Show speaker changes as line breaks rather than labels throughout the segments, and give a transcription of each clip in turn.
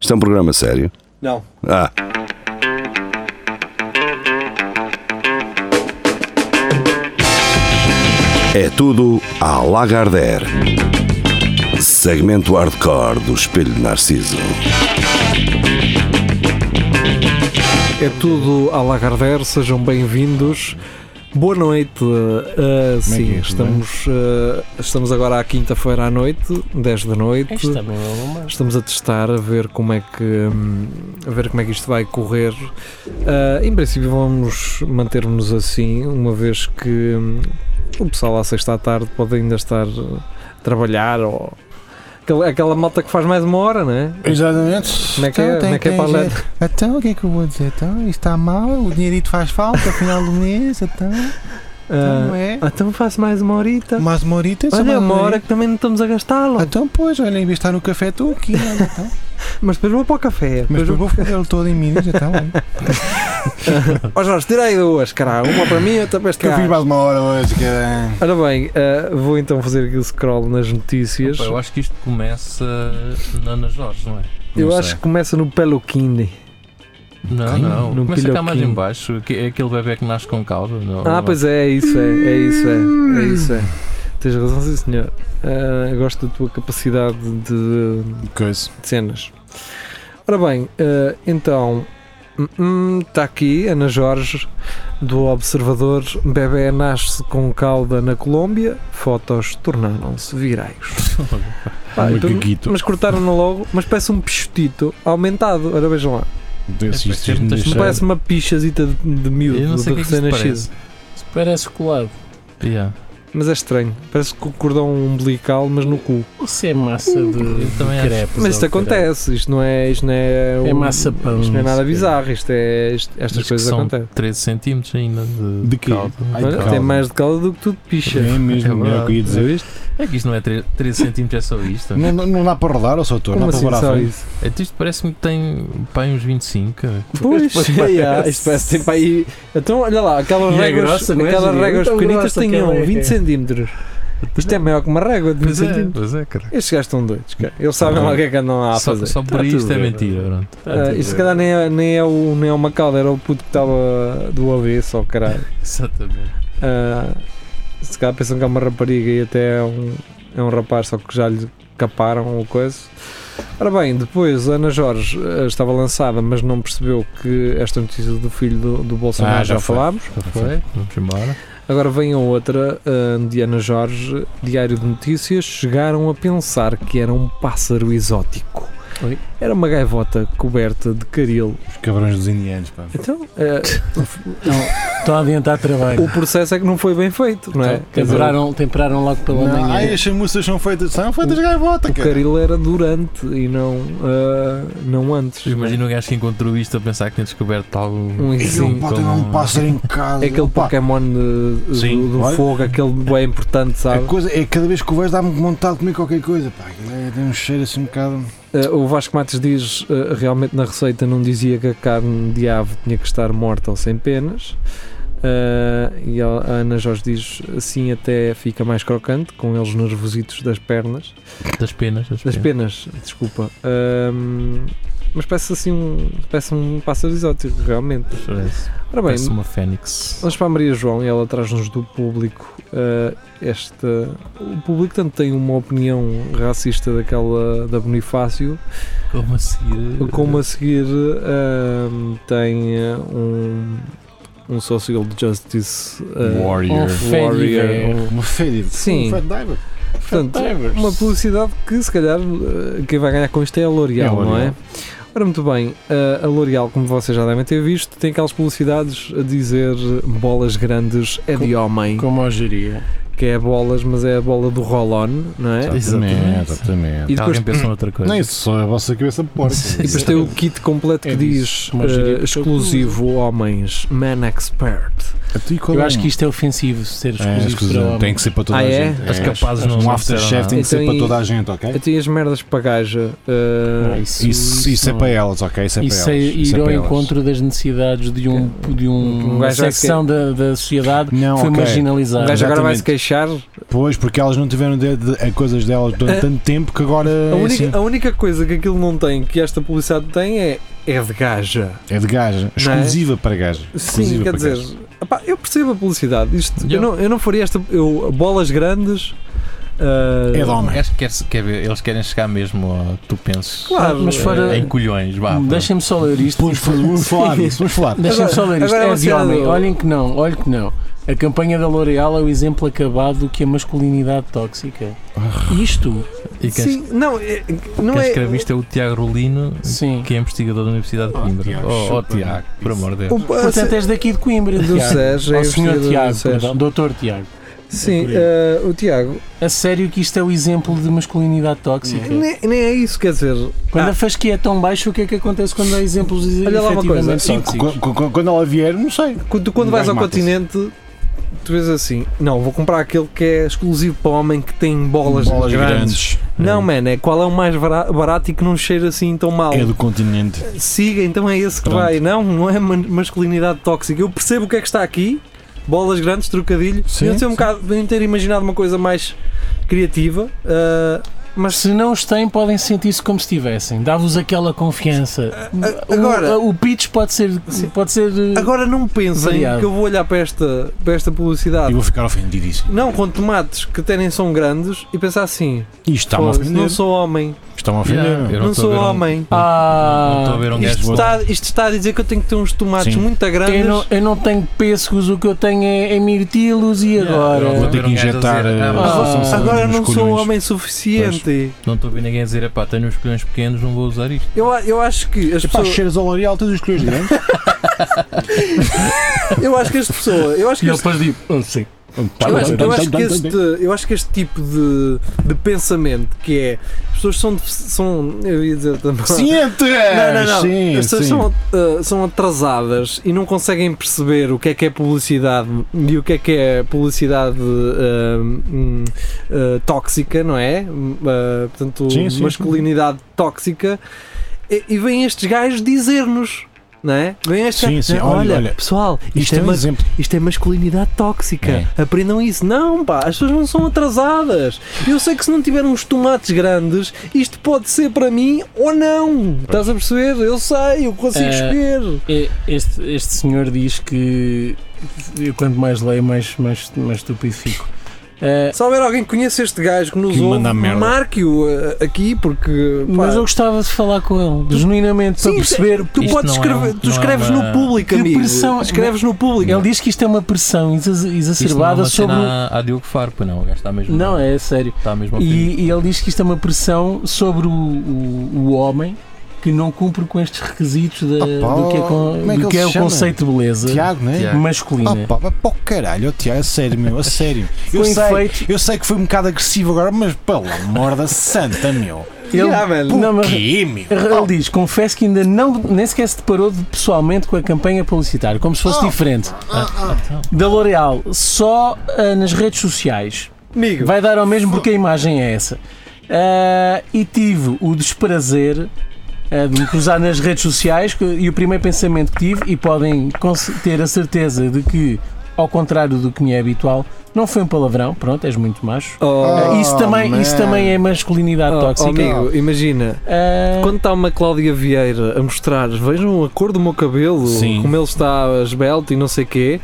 Isto é um programa sério.
Não.
Ah, é tudo à Lagardère. Segmento hardcore do Espelho de Narciso.
É tudo à Lagardère, sejam bem-vindos. Boa noite. Uh,
é que
sim,
é? Tudo
estamos, uh, estamos agora à quinta-feira à noite, 10 da noite.
Esta não é uma.
Estamos a testar, a ver como é que hum, a ver como é que isto vai correr. Ah, em princípio vamos manter-nos assim, uma vez que hum, o pessoal à sexta à tarde pode ainda estar a trabalhar ou aquela, aquela malta que faz mais uma hora, não é?
Exatamente.
Como é que é,
Então, tem
como é, que é
tem
para a
jeito.
letra?
Então, o que é que eu vou dizer? Então, isto está mal, o dinheirito faz falta, afinal do mês, então, então não
Ah,
é.
então faço mais uma horita.
Mas Morita, só
Olha,
mais
uma hora
horita.
que também não estamos a gastá-la.
Então, pois, olha, em vez de estar no café, estou aqui, olha, então.
Mas depois vou para o café.
Mas
Depois
eu vou
vou...
foder ele todo em Minas, então. olha.
Oh Jorge, tirei duas, caralho. Uma para mim e outra para este
Que eu fiz
cara.
mais uma hora hoje, que é.
Ora bem, ah, vou então fazer aqui o scroll nas notícias.
Opa, Então, eu acho que isto começa na Ana Jorge, não é?
Eu
Não
acho
sei.
que começa no Peloquini.
Não,
Quem?
não.
Num
começa cá mais
pilhoquinho.
em baixo. que É aquele bebê que nasce com cauda. Não,
Ah, pois é, é isso é, é isso é, é isso é. Tens razão, sim senhor. Ah, eu gosto da tua capacidade de, de
Coisa.
cenas. Ora bem, ah, então está aqui Ana Jorge do Observador. Bebé nasce com cauda na Colômbia. Fotos tornaram-se virais. Ah, então- mas cortaram-no logo, mas parece um pichotito aumentado. Ora vejam lá.
Desse É, isto muitas-
Não
Sim.
parece uma pichazita de, de miúdo,
Eu não
de
sei o que é que isto
recém-nascido.
parece.
Parece colado.
Yeah.
Mas é estranho, parece que o cordão umbilical, mas no cu.
Isso é massa de, de
também acho.
crepes.
Mas isto
ou caralho.
acontece, isto não é. Isto não é,
É
um-
massa pão,
Isto não é
não
nada
sei.
bizarro, isto é, isto-
Diz
estas
que
coisas
são
acontecem.
13 centímetros ainda de,
De quê?
cauda.
Ai,
Olha,
de
tem
cauda.
mais de calda do que tu de picha.
É mesmo,
É
é o que eu ia dizer.
É que isto não é 3, centímetros, é só isto.
Não, não, não dá para rodar, ou só estou,
Como
não dá
assim
para
só
rodar à frente.
isso?
É, isto parece-me que tem pai uns 25. cara.
Pois,
Pois
é, é,
parece.
isto parece tipo aí. Então, olha lá, aquelas
E é
réguas,
grossa, não é,
aquelas
Júlio?
réguas
Tão
pequenitas
grossa
tinham
que ela é.
20 um centímetros. Isto é maior que uma régua de 20
Pois é,
centímetros.
pois é, cara.
Estes gajos estão doidos, cara. Eles sabem lá o que é que andam lá a
Só,
fazer.
só por
Está
isto
tudo
é
bem.
mentira. pronto.
Ah, isto se calhar nem é, nem, é o, nem é uma cauda, era o puto que estava do avesso, ou caralho.
Exatamente.
Ah, se calhar pensam que é uma rapariga e até é um, é um rapaz, só que já lhe caparam ou coisa. Ora bem, depois a Ana Jorge ah, estava lançada, mas não percebeu que esta notícia do filho do, do Bolsonaro
Ah, já
já
foi.
falámos.
Foi? Vamos embora.
Agora vem a outra, ah, de Ana Jorge, Diário de Notícias. Chegaram a pensar que era um pássaro exótico.
Oi?
Era uma gaivota coberta de caril.
Os cabrões dos indianos, pá.
Então, ah,
Não, estão a adiantar trabalho.
O processo é que não foi bem feito, não é?
Então,
Quer dizer,
Temperaram, temperaram logo pela
Não,
manhã.
ai, as chamuças são feitas, são feitas gaivota,
o
cara.
caril era durante e não, ah, não antes.
Imagina o um gajo que encontrou isto a pensar que tinha descoberto algo.
Um
Ele
sim,
não pode ter um
com-
pássaro em casa.
É aquele
pá.
Pokémon de- do-
Sim,
do,
olha.
fogo, aquele bem importante,
A
sabe?
coisa é que cada vez que o vejo dá-me vontade de comer qualquer coisa, pá. Aquilo é- Tem um cheiro assim um bocado.
Ah, o Vasco Matos diz, ah, realmente na receita não dizia que a carne de ave tinha que estar morta ou sem penas. Ah, e a a Ana Jorge diz, assim até fica mais crocante, com eles nervositos das pernas.
Das penas. Das
Das
penas.
penas, desculpa. Ahm, mas parece assim um. Parece um pássaro exótico, realmente.
Parece,
Ora bem,
parece uma fênix.
vamos para a Maria João e ela traz-nos do público ah, esta. O público tanto tem uma opinião racista daquela da Bonifácio,
Como assim? a seguir.
como a seguir ahm, tem ah, um, um social justice ah,
Um
warrior.
fediver.
um-
Uma fede.
Sim.
Um fat diver.
portanto, uma publicidade que se calhar eh, quem vai ganhar com isto é a
É a
L'Oréal, não
L'Oréal.
é? Ora, muito bem, eh, a L'Oréal, como vocês já devem ter visto, tem aquelas publicidades a dizer bolas grandes é de homem,
Como hojeria.
que é bolas, mas é a bola do roll-on, não é?
Exatamente.
exatamente.
E depois,
Alguém pensou noutra coisa.
Não, isso só é a vossa cabeça porca.
e depois tem o kit completo que
É
diz
disso, uma
eh,
gíria que
exclusivo homens, man expert.
A ti qual
Eu
é?
acho que isto é ofensivo ser
É,
exclusivo
escusa,
para homem.
Tem que ser para toda
Ah,
a
é?
gente.
As capazes não-
Um
não
afterchef
disseram
tem que ser
nada.
para
Então,
toda a gente, ok?
Eu tenho as merdas para gaja. eh,
Ah,
Isso, isso é
não-
para elas, ok? Isso é para
Isso é
elas.
ir ao
para elas.
encontro das necessidades de, um, de
Um
um, uma
gajo é- vai
secção da, da sociedade que
Não,
foi
ok. Um
O
marginalizada.
gajo agora vai se
Exatamente.
queixar
Pois, porque elas não tiveram de, de- a coisas delas durante
A-
tanto tempo que agora
A
é, assim,
única, a única coisa que aquilo não tem, que esta publicidade tem, é, é de gaja.
é de gaja, exclusiva para gaja.
Sim,
exclusiva
quer
para
dizer,
gajas.
epá, eu percebo a publicidade. Isto, eu,
Yeah.
não, eu não faria esta. Eu, bolas grandes. ah,
É de homem.
Acho que quer- quer ver- eles querem chegar mesmo a tu penses
Claro,
Mas
eh,
fora-
É em colhões, vá. pá.
Deixem-me só ler isto.
Vamos, fa- vamos falar disso, vamos falar.
Deixem-me só ler isto.
Agora- agora
É
a
de
cena
homem.
do-
Olhem que não, olhem que não. A campanha da L'Oréal é o exemplo acabado do que é masculinidade tóxica.
Ah.
Isto,
E quem,
Sim, não, é- não
quem
é.
escreve isto é o Tiago Rolino,
sim.
que é investigador da Universidade de
Oh,
Coimbra.
Tiago,
Oh, oh,
chupa,
Tiago,
mano.
por amor de Deus.
o-
Portanto, és daqui de Coimbra,
do
Tiago.
Sérgio, é
Ao senhor
investigador do
Tiago,
Sérgio.
perdão, doutor Tiago.
Sim,
por aí.
eh, o Tiago,
A sério que isto é o exemplo de masculinidade tóxica?
nem, nem é isso, quer dizer.
Quando
Ah.
a fasquia é tão baixa, o que é que acontece quando há exemplos de
Olha lá uma coisa,
efetivamente
Sim,
tóxicos?
qu- qu- quando ela vier, não sei.
Quando, tu- quando
Um
vais
gajo
ao
mata-se.
continente, tu vês assim: não, vou comprar aquele que é exclusivo para homem que tem bolas,
Bolas
grandes.
grandes.
Não, man, é qual é o mais bara- barato e que não cheira assim tão mal.
É do continente.
Siga, então é esse que
Pronto.
vai. Não, não é man- masculinidade tóxica. Eu percebo o que é que está aqui: bolas grandes, trocadilho.
Sim,
eu ter um bocado, deviam ter imaginado uma coisa mais criativa, ah, mas
Se não os têm, podem sentir-se como se tivessem. Dá-vos aquela confiança.
a- Ah, agora-
o, o pitch pode ser. Pode ser eh,
agora não pensem
Variado.
que eu vou olhar para esta, para esta
E
publicidade.
vou ficar ofendidíssimo.
Não, com tomates que até nem são grandes e pensar assim:
Isto está-me a
"Pô,
ofender.
não sou homem,
Está-me a
Yeah,
ofender.
eu
não,
estou a
sou
ver um-
homem.
Não estou a
Ah,
ver um gajo
isto, tá-
bom.
está, isto está a dizer que eu tenho que ter uns tomates
Sim.
muito
eu,
grandes.
não, eu não tenho pêssegos, o que eu tenho é, é mirtilos e agora.
eu
Vou ter que
Ver um gajo a
injetar.
dizer,
eh,
ah,
mas
solução
vocês-
Agora
nos
não sou
colhões.
homem suficiente.
Não estou a ver ninguém a dizer, pá, tenho uns colhões pequenos, não vou usar isto.
Eu, a- eu acho que as
Epá,
pessoas.
cheiras ao L'Oreal, tens os colhões grandes?
Eu acho que as pessoas. Eu acho que este,
depois digo, "Ah, sim.
eu acho, eu acho que este, eu acho que este tipo de, de pensamento que é. As pessoas são. defi- são eu ia dizer também.
Ciente!
Não, não, não.
Sim,
As pessoas
sim.
são, ah, são atrasadas e não conseguem perceber o que é que é publicidade e o que é que é publicidade ah, hum, ah, tóxica, não é? Hum, ah, portanto,
Sim, sim,
masculinidade tóxica. E, e vêm estes gajos dizer-nos, não é? Vêm estes
Sim, sim, olha,
olha,
olha,
pessoal, isto,
Isto
é,
é um
ma-
exemplo.
isto é masculinidade tóxica.
É.
Aprendam isso. Não, pá, as pessoas não são atrasadas. Eu sei que se não tiver uns tomates grandes, isto pode ser para mim ou não. Estás a perceber? Eu sei, eu consigo
É.
escolher.
É, Este, este senhor diz que eu quanto mais leio, mais, mais, mais estúpido fico. Ah,
Se houver alguém que conheça este gajo que nos
Que
ouve,
manda merda.
marque-o eh, aqui, porque. pá,
mas eu gostava de falar com ele, genuinamente,
sim,
para
isto é-
perceber.
Tu
Isto
podes
não é
escrever,
um-
tu
não é
escreves
uma-
no público,
Que
amigo.
pressão-
escreves no público.
Ele diz que isto é uma pressão exa-
Isto não é
exacerbada
uma
sobre. o-
cena à- à Diogo Farpa, não, o gajo está mesmo.
Não, é sério.
Está mesmo a ofender.
E, e ele diz que isto é uma pressão sobre o, o, o homem que não cumpre com estes requisitos da-
Opa,
do que é, con-
como é que ele
do que
se
é o
chama?
conceito de beleza
Tiago, não é?
Tiago.
masculina.
Opa, pá, pô, caralho, ó, Tiago, a sério, meu, a sério. Eu
Com
sei,
efeito,
eu sei que foi um bocado agressivo agora, mas pelo amor da santa, meu.
ele,
Yeah, man.
né?
não, mas-
Que, meu?
ele diz: confesso que ainda não, nem sequer se deparou de- pessoalmente com a campanha publicitária, como se fosse
Oh.
diferente.
Ah, então.
Da L'Oréal, só ah, nas redes sociais.
Amigo,
Vai dar ao mesmo porque a imagem é essa. Ah, e tive o desprazer ah, de me cruzar nas redes sociais que- e o primeiro pensamento que tive, e podem cons- ter a certeza de que, ao contrário do que me é habitual, não foi um palavrão, pronto, és muito macho.
oh,
Ah, isso,
Oh,
também, isso
man.
também é masculinidade
oh,
tóxica.
amigo, imagina.
Ah,
Quando está uma Cláudia Vieira a mostrar, vejam a cor do meu cabelo,
Sim.
como ele está esbelto e não sei quê,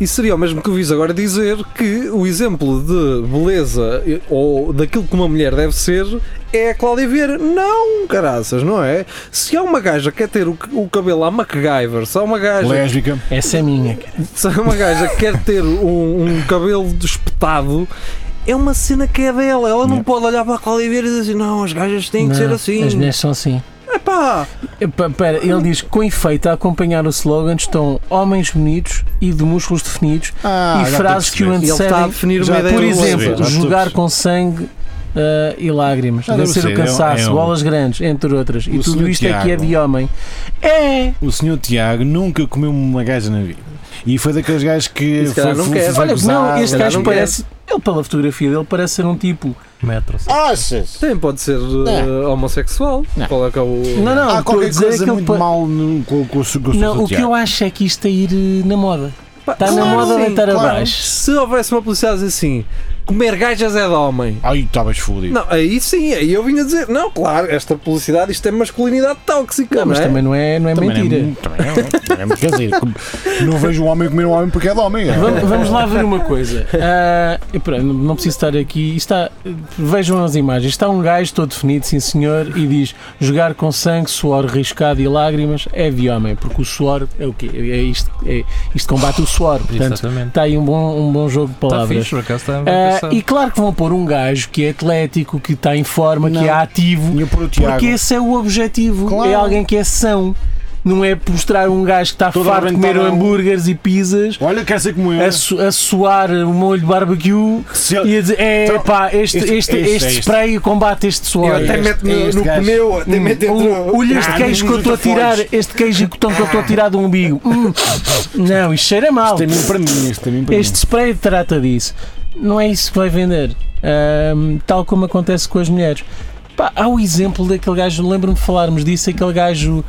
e seria o mesmo que eu vis agora dizer que o exemplo de beleza eh, ou daquilo que uma mulher deve ser é a Cláudia Vieira. Não, caraças, não é? Se há uma gaja que quer ter o, o cabelo à MacGyver, se há uma gaja
Lésbica.
essa é minha. cara.
se uma gaja quer ter um, um cabelo espetado, é uma cena que é dela. Ela não
Yeah.
pode olhar para a Cláudia Vieira e dizer assim: não, as gajas têm
Não,
que ser assim.
As mulheres são assim.
Epá,
Epá, Pera, ele diz: com efeito, a acompanhar o slogan estão homens bonitos e de músculos definidos
Ah, já
e
estou a
frases que o
perceber.
ele está a
antecedem
definir
Já
uma ideia
Por
Eu
do outro.
percebi, já
exemplo,
estou a
jogar
perceber.
com sangue ah, e lágrimas,
Já
vencer
deve
o
ser, é um-
cansaço,
é um-
bolas grandes, entre outras. E
O
tudo
senhor
isto é que é
Tiago.
de homem. É!
O senhor Tiago nunca comeu uma gaja na vida. E foi daqueles gajos que
Se
foi,
calhar
foi,
não
foi,
quer. Olha,
Não,
gozado.
este
calhar
gajo
não quer.
parece. Ele, pela fotografia dele, parece ser um tipo.
Metro.
Achas?
Sim, pode ser eh, homossexual.
Não.
Qual é que é o.
Não, não,
Há
o que eu
ah, qualquer
dizer é
coisa
que ele.
muito
pa-
mal no, com, com, o senhor- com o
Não,
senhor
o que eu
Tiago.
acho é que isto é ir eh, na moda.
Pá, é
Está na
claro,
moda
sim,
deitar
claro.
abaixo.
Se houvesse uma publicidade assim, Comer gajas é de homem.
Ai, estavas fodido.
Não, aí sim, aí eu vinha dizer, não, claro, esta publicidade, isto é masculinidade tóxica,
Não,
não,
mas
é?
também não é, não é
Também não é
mentira.
muito- também não é- também não- Quer dizer, como- não vejo um homem comer um homem porque é de homem. é.
Vamos, vamos lá ver uma coisa. Ah, e pronto, não- não preciso estar aqui. Está, vejam as imagens. Está um gajo todo definido, sim senhor, e diz: jogar com sangue, suor riscado e lágrimas é de homem, porque o suor é o quê? É isto, é, isto combate o suor. Portanto,
Exatamente.
está aí um bom, um bom jogo de
Está
palavras.
fixe, por acaso está bem
Ah,
pensado.
e claro que vão pôr um gajo que é atlético, que está em forma,
Não.
que é ativo,
Tinha por o Tiago.
porque esse é o objetivo.
Claro.
É alguém que é são. Não é mostrar um gajo que está
Todo
farto de comer
arrebentadão.
hambúrgueres e pizzas
Olha, quer ser como eu.
É.
a, su- a suar um molho de barbecue
Se ele-
e a dizer: é
Então,
pá, este,
este- este
este,
é
este
este.
spray combate este
Eu
suor.
até
Este-
meto no,
este
no
gajo.
pneu, até meto entre
Ou- Olha este
Ah,
queijo que eu
nos
estou a tirar,
utafones.
este queijo e cotão que eu estou a tirar do umbigo. Hum, não, isto cheira mal.
Este é mim para mim, este é mim para
Este spray trata disso. Não é isso que vai vender. Ahm, tal como acontece com as mulheres. Pá, há o exemplo daquele gajo, lembro-me de falarmos disso, aquele gajo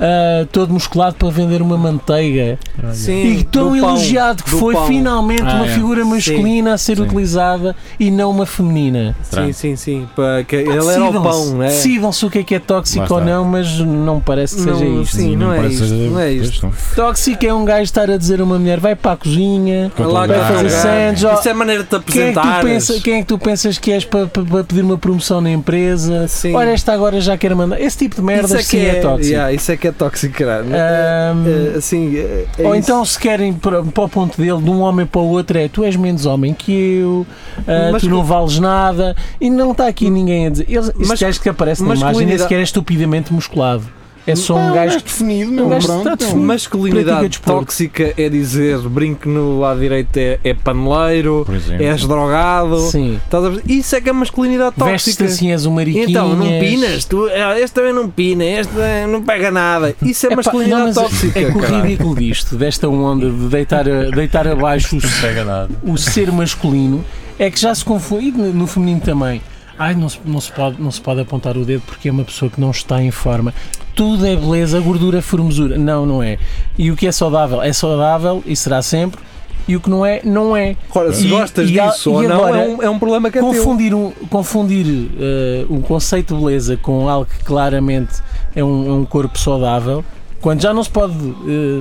ah, todo musculado para vender uma manteiga.
Sim,
E tão
do pão,
elogiado que
do
foi
pão.
finalmente
Ah,
uma
é.
figura masculina a ser
Sim.
utilizada e não uma feminina.
Sim, sim, sim. Para que ele era o
Decidam-se.
pão, não é?
Decidam-se o que é que é
Lá
tóxico
está.
ou não, mas não parece que seja
Não,
isto.
sim, não é isto. Não é isto.
Tóxico é um gajo estar a dizer a uma mulher vai para a cozinha,
Quanto
Lá
ao
que
gajo.
vai fazer
Ah,
sandes, ó,
Isso é maneira de te
quem, é que tu
apresentar.
pensa- quem é que tu pensas que és para, para- para pedir uma promoção na empresa?
Sim.
Olha, esta agora já quer mandar. Esse tipo de merda
isso é
sim
que
é, tóxico.
yeah, isso é que é tóxico, caralho.
Ahm,
É, assim, é- é
Ou
isso.
então, se querem para, para o ponto dele, de um homem para o outro, é tu és menos homem que eu, ah,
Mas
tu não
que-
vales nada, e não está aqui ninguém a dizer. Eles, este
Mas-
gajo que aparece na
mas
imagem nem
comunidade-
sequer é estupidamente musculado. É só
É
um gajo.
definido, meu.
é
um gajo
pronto.
está definido. Pratica
Masculinidade
desporto.
tóxica é dizer brinco no lado direito é, é paneleiro,
Por exemplo.
és drogado.
Sim.
Estás a ver? Isso é que é masculinidade
Veste-te
tóxica.
assim, és um mariquinhas.
Então, não pinas, tu, ah, este também não pina, este eh, não pega nada. Isso é
Epá, não,
masculinidade
mas
tóxica.
É que o
caralho.
ridículo disto, desta onda de deitar, a- deitar abaixo o
Não pega nada.
o ser masculino é que já se confunde, e no no feminino também. Ai, não se, não, se pode, não se pode apontar o dedo porque é uma pessoa que não está em forma. Tudo é beleza, gordura, formosura. Não, não é. E o que é saudável é saudável e será sempre. E o que não é, não é.
Ora, se
E-
gostas
e há-
disso ou
e
não,
agora,
é um, é um problema que é teu.
Confundir, um, confundir eh, um conceito de beleza com algo que claramente é um, é um corpo saudável, quando já não se pode eh,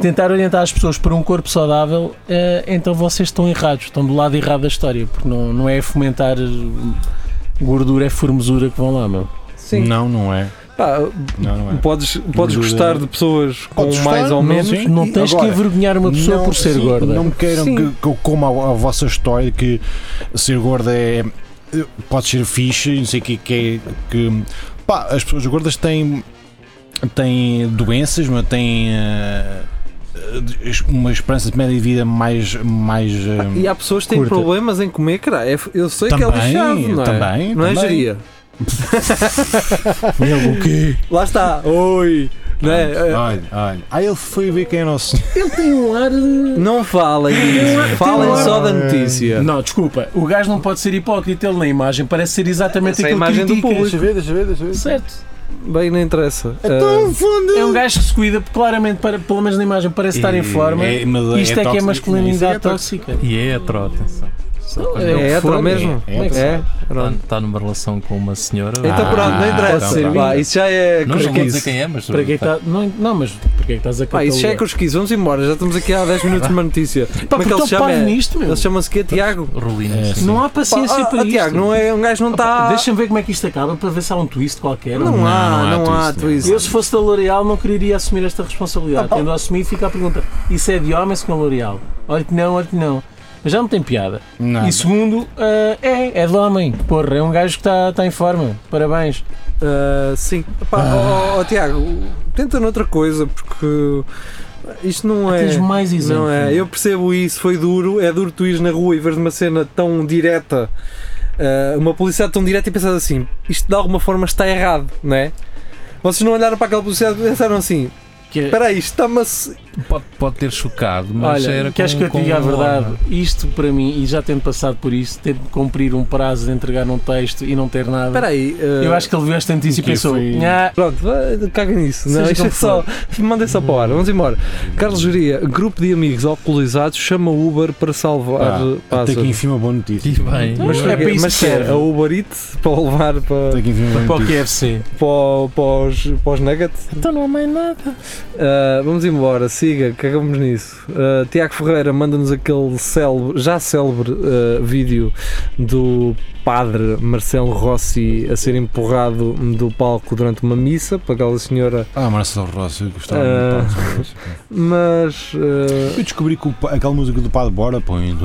tentar orientar as pessoas para um corpo saudável, eh, então vocês estão errados, estão do lado errado da história, porque não, não é fomentar eh, gordura, é formosura que vão lá, meu.
Sim.
Não, não é.
Pá,
Não, não é.
podes podes
Gordura.
gostar de pessoas com
Podes
mais
gostar,
ou
não
menos.
sei.
Não
E
tens
agora?
que envergonhar uma pessoa
Não,
por ser
sim,
gorda.
Não me queiram
Sim.
que, que eu coma a, a vossa história de que ser gorda é. Pode ser fixe, e não sei o que, que é. Que, pá, as pessoas gordas têm. têm doenças, mas têm. eh, uma esperança de média de vida mais. mais eh,
E há pessoas que têm
Curta.
problemas em comer, caralho. É- Eu sei que é
Também,
lixado, não é?
também,
não é
também.
geria. Lá está. Oi. Não, é? Eh,
Olha, olha. Aí ele foi ver quem é nosso.
Ele tem um ar de.
não falem disso. Falem
tem-
só da notícia.
Não, desculpa, o gajo não pode ser hipócrita, ele na imagem parece ser exatamente
Essa é a
aquilo
imagem do
que criticas.
público.
ver, deixa ver, deixa ver.
Certo.
Bem, não interessa. Eh,
fundo!
É um gajo que se cuida, porque claramente, para, pelo menos na imagem, parece estar em forma. Isto é, que é masculinidade tóxica.
E é hetero, atenção.
É o que
é
for,
hetero mesmo?
é, é hetero.
É?
Está,
Pronto.
está tá numa relação com uma senhora.
Então
Ah,
pronto, não
então
interessa.
pronto.
Vá, isso já é
Não, não vou dizer
cosquice.
quem é, mas.
Para que é que tá- não, não, mas para que é que estás a
Pá, isso já é
catalogar?
cosquice. Vamos embora. Já estamos aqui há 10 minutos de uma notícia. Como é que
porque tá
ele se
estou
chama?
parvo
É-
nisto, meu.
Ele chama-se quê? Tiago?
Rolinas. sim.
Não há
Pá,
paciência
ah,
para
ah,
isto.
Tiago, não é, um gajo não está.
Deixa-me ver como é que isto acaba para ver se há um twist qualquer.
Não, há,
não há
não, há
twist,
twist.
Eu, se fosse da L'Oreal, não quereria assumir esta responsabilidade. Tendo assumido, fica a pergunta: isso é de homem se com L'Oreal? Olha que não, olha que não. Mas já não tem piada.
Não.
E segundo, ah, é, é de homem. Porra, é um gajo que está está em forma. Parabéns.
Ah, sim. Pá, ó, ó, Tiago, tenta noutra coisa, porque isto não é.
Tens mais exemplos.
Não é, eu percebo isso, foi duro. É duro tu ires na rua e veres uma cena tão direta, ah, uma publicidade tão direta e pensar assim: isto de alguma forma está errado, não é? Vocês não olharam para aquela publicidade e pensaram assim:
Que é-
espera aí, isto está-me a se-
Pode, pode ter chocado, mas
Olha,
era
queres
com,
que eu te
com
diga a
humor,
verdade?
não é?
Isto para mim, e já tendo passado por isso, ter de cumprir um prazo de entregar um texto e não ter nada.
Espera aí. uh,
Eu acho que ele viu esta Ah, notícia e
Que
pensou:
foi-
"Nhá,
Pronto, vá, caga nisso. Não,
Seja
isto
como
é só. Mandei só para o ar. Vamos embora. Carlos Geria, grupo de amigos alcoolizados chama Uber para salvar
Ah, Até
pássaros.
que enfim uma boa notícia.
E bem,
Mas
eu-
é para isso
mas
que serve.
a Uber Eats para levar para,
Até que enfim
um
uma
para
boa
o
notícia.
KFC.
para, o- para os, para os Nuggets.
Então não há mais nada.
Ah, vamos embora, siga, cagamos nisso. Ah, Tiago Ferreira manda-nos aquele célebre, já célebre ah, vídeo do padre Marcelo Rossi a ser empurrado do palco durante uma missa para aquela senhora.
Ah, Marcelo Rossi, eu gostava
Ah.
muito de Marcelo Rossi.
Mas. ah,
Eh, Eu descobri que o pa- aquela música do Padre Bora põe.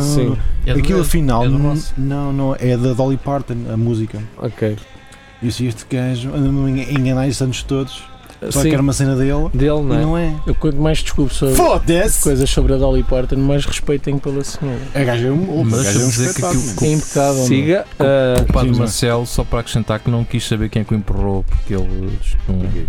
Sim.
É do-
Aquilo afinal.
é do
n-
Rossi.
não, não, é da Dolly Parton, a música.
Ok.
E se este gajo anda-me a enganar estes anos todos, só
ah, Sim,
que era uma cena dele
dele,
e
não é?
não é.
Eu quanto mais descubro sobre
Foda-se!
coisas sobre a Dolly Parton, mais respeito tenho pela senhora.
A gajo é um.
Mas
a gajo é um
deixa-me dizer que
espetáculo.
aquilo-
É impecável. não é?
Siga. ah,
O padre
Sim, sim.
Marcelo, só para acrescentar que não quis saber quem é que o empurrou, porque ele diz que não, é.